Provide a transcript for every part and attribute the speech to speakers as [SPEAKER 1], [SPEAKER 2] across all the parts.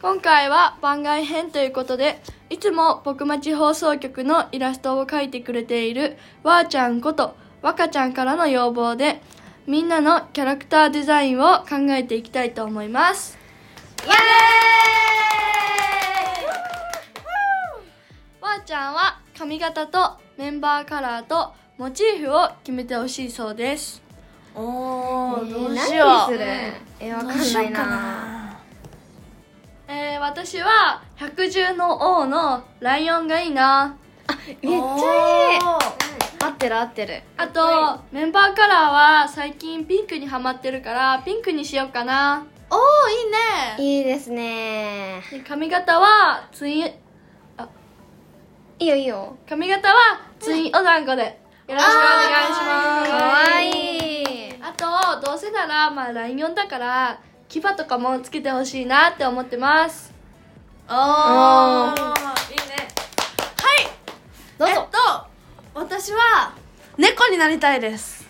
[SPEAKER 1] 今回は番外編ということでいつも僕町放送局のイラストを描いてくれているわーちゃんこと若ちゃんからの要望でみんなのキャラクターデザインを考えていきたいと思います
[SPEAKER 2] イエ
[SPEAKER 1] わーちゃんは髪型とメンバーカラーとモチーフを決めてほしいそうです
[SPEAKER 3] おお
[SPEAKER 2] ーイ
[SPEAKER 3] どうしよ
[SPEAKER 2] 何
[SPEAKER 3] う
[SPEAKER 2] にするえー、わかん
[SPEAKER 3] どうしよ
[SPEAKER 2] ないう
[SPEAKER 3] か
[SPEAKER 2] な
[SPEAKER 3] な
[SPEAKER 1] えー、私は百獣の王のライオンがいいな
[SPEAKER 2] めっちゃいい
[SPEAKER 3] おー
[SPEAKER 2] 合ってる合ってる
[SPEAKER 1] あと、メンバーカラーは最近ピンクにハマってるからピンクにしようかな
[SPEAKER 3] おーいいね
[SPEAKER 2] いいですね
[SPEAKER 1] で髪型はツイン
[SPEAKER 2] いいよいいよ
[SPEAKER 1] 髪型はツインお団子でよろしくお願いします
[SPEAKER 2] かわいい
[SPEAKER 1] あとどうせならまあライオンだから牙とかもつけてほしいなって思ってます
[SPEAKER 3] お
[SPEAKER 2] お
[SPEAKER 3] ーいいね
[SPEAKER 2] どう
[SPEAKER 3] えっ
[SPEAKER 2] ぞ
[SPEAKER 3] と私は猫になりたいです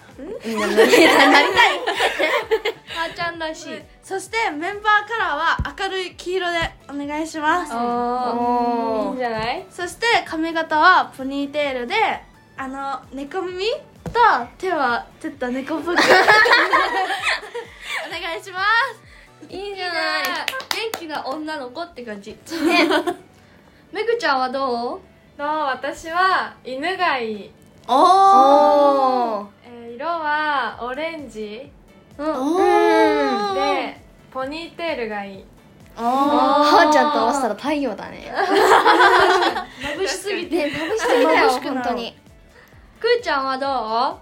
[SPEAKER 2] みんななりたい
[SPEAKER 1] あーちゃんらしい
[SPEAKER 3] そしてメンバーカラーは明るい黄色でお願いします
[SPEAKER 1] おー
[SPEAKER 2] いいんじゃない
[SPEAKER 3] そして髪型はポニーテールであの猫耳と手はちょっと猫っぽくお願いします
[SPEAKER 2] いいんじ
[SPEAKER 1] いい
[SPEAKER 2] ゃ
[SPEAKER 1] ね
[SPEAKER 2] ない
[SPEAKER 1] 元気な女の子って感 じ
[SPEAKER 2] ね
[SPEAKER 1] めぐちゃんはどう
[SPEAKER 4] の私は犬がいい、
[SPEAKER 3] お
[SPEAKER 2] お
[SPEAKER 4] えー色はオレンジ
[SPEAKER 1] うん
[SPEAKER 3] お
[SPEAKER 2] ー
[SPEAKER 4] でポニーテールがいい
[SPEAKER 3] お
[SPEAKER 2] はーちゃんと合わせたら太陽だね
[SPEAKER 1] 眩しすぎて
[SPEAKER 2] ね眩しすぎだよ
[SPEAKER 3] 眩しくなる
[SPEAKER 2] 本当に
[SPEAKER 1] くーちゃんはど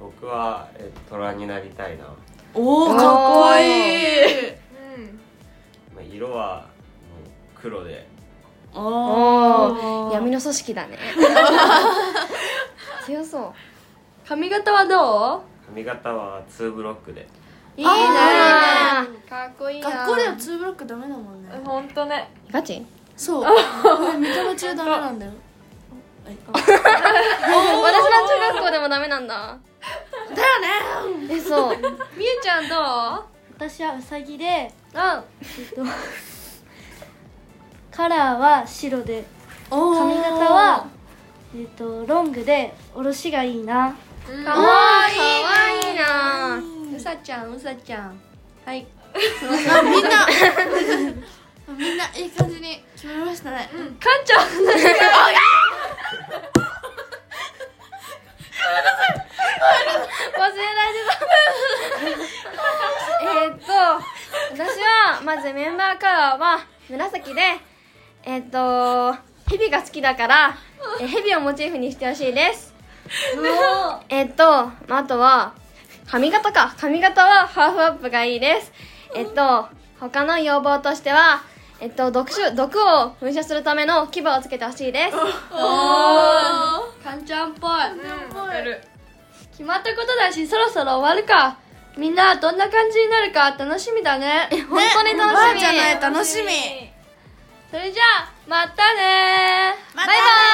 [SPEAKER 1] う
[SPEAKER 5] 僕はえ虎になりたいな、ま
[SPEAKER 3] お
[SPEAKER 2] ー
[SPEAKER 3] ー
[SPEAKER 2] か
[SPEAKER 3] か
[SPEAKER 2] っ
[SPEAKER 3] っ
[SPEAKER 2] こ
[SPEAKER 3] こ
[SPEAKER 2] い
[SPEAKER 3] いい
[SPEAKER 4] うん
[SPEAKER 5] あ、色はもう黒で
[SPEAKER 2] おお闇の組織だね強そう
[SPEAKER 1] 髪型はど
[SPEAKER 5] 髪型は2ブロックで
[SPEAKER 1] ういい
[SPEAKER 3] あー
[SPEAKER 2] いいね
[SPEAKER 1] かっこいいな
[SPEAKER 3] 学校では2ブロックダメだもんね
[SPEAKER 4] ほんとね
[SPEAKER 2] ガチ
[SPEAKER 3] そうこれ認め中ダメなんだよ
[SPEAKER 2] 私の中学校でもダメなんだ
[SPEAKER 3] だよね
[SPEAKER 2] えそう
[SPEAKER 1] みゆちゃんどう
[SPEAKER 6] 私はウサギで
[SPEAKER 1] うん
[SPEAKER 6] カラーは白で髪型は、えっとロングでおろしがいいな
[SPEAKER 1] かわ
[SPEAKER 2] かわいいな
[SPEAKER 1] いうさちゃんうさちゃんはい
[SPEAKER 3] あみんなみんないい感じに決めましたね、
[SPEAKER 1] かんちゃん
[SPEAKER 2] 忘れられてた えーっと私はまずメンバーカラーは紫でえーっと蛇が好きだからえー蛇をモチーフにしてほしいですえーっとまああとは髪型か髪型はハーフアップがいいですえーっと他の要望としてはえーっと毒種毒を噴射するための牙をつけてほしいです
[SPEAKER 1] かんちゃんっぽい
[SPEAKER 4] うんる
[SPEAKER 1] 決まったことだしそろそろ終わるかみんなどんな感じになるか楽しみだね
[SPEAKER 2] 本当に楽しみ
[SPEAKER 3] わーちゃんの絵楽しみ
[SPEAKER 1] それじゃあまたね
[SPEAKER 3] また
[SPEAKER 2] バ
[SPEAKER 3] ね
[SPEAKER 2] イバイ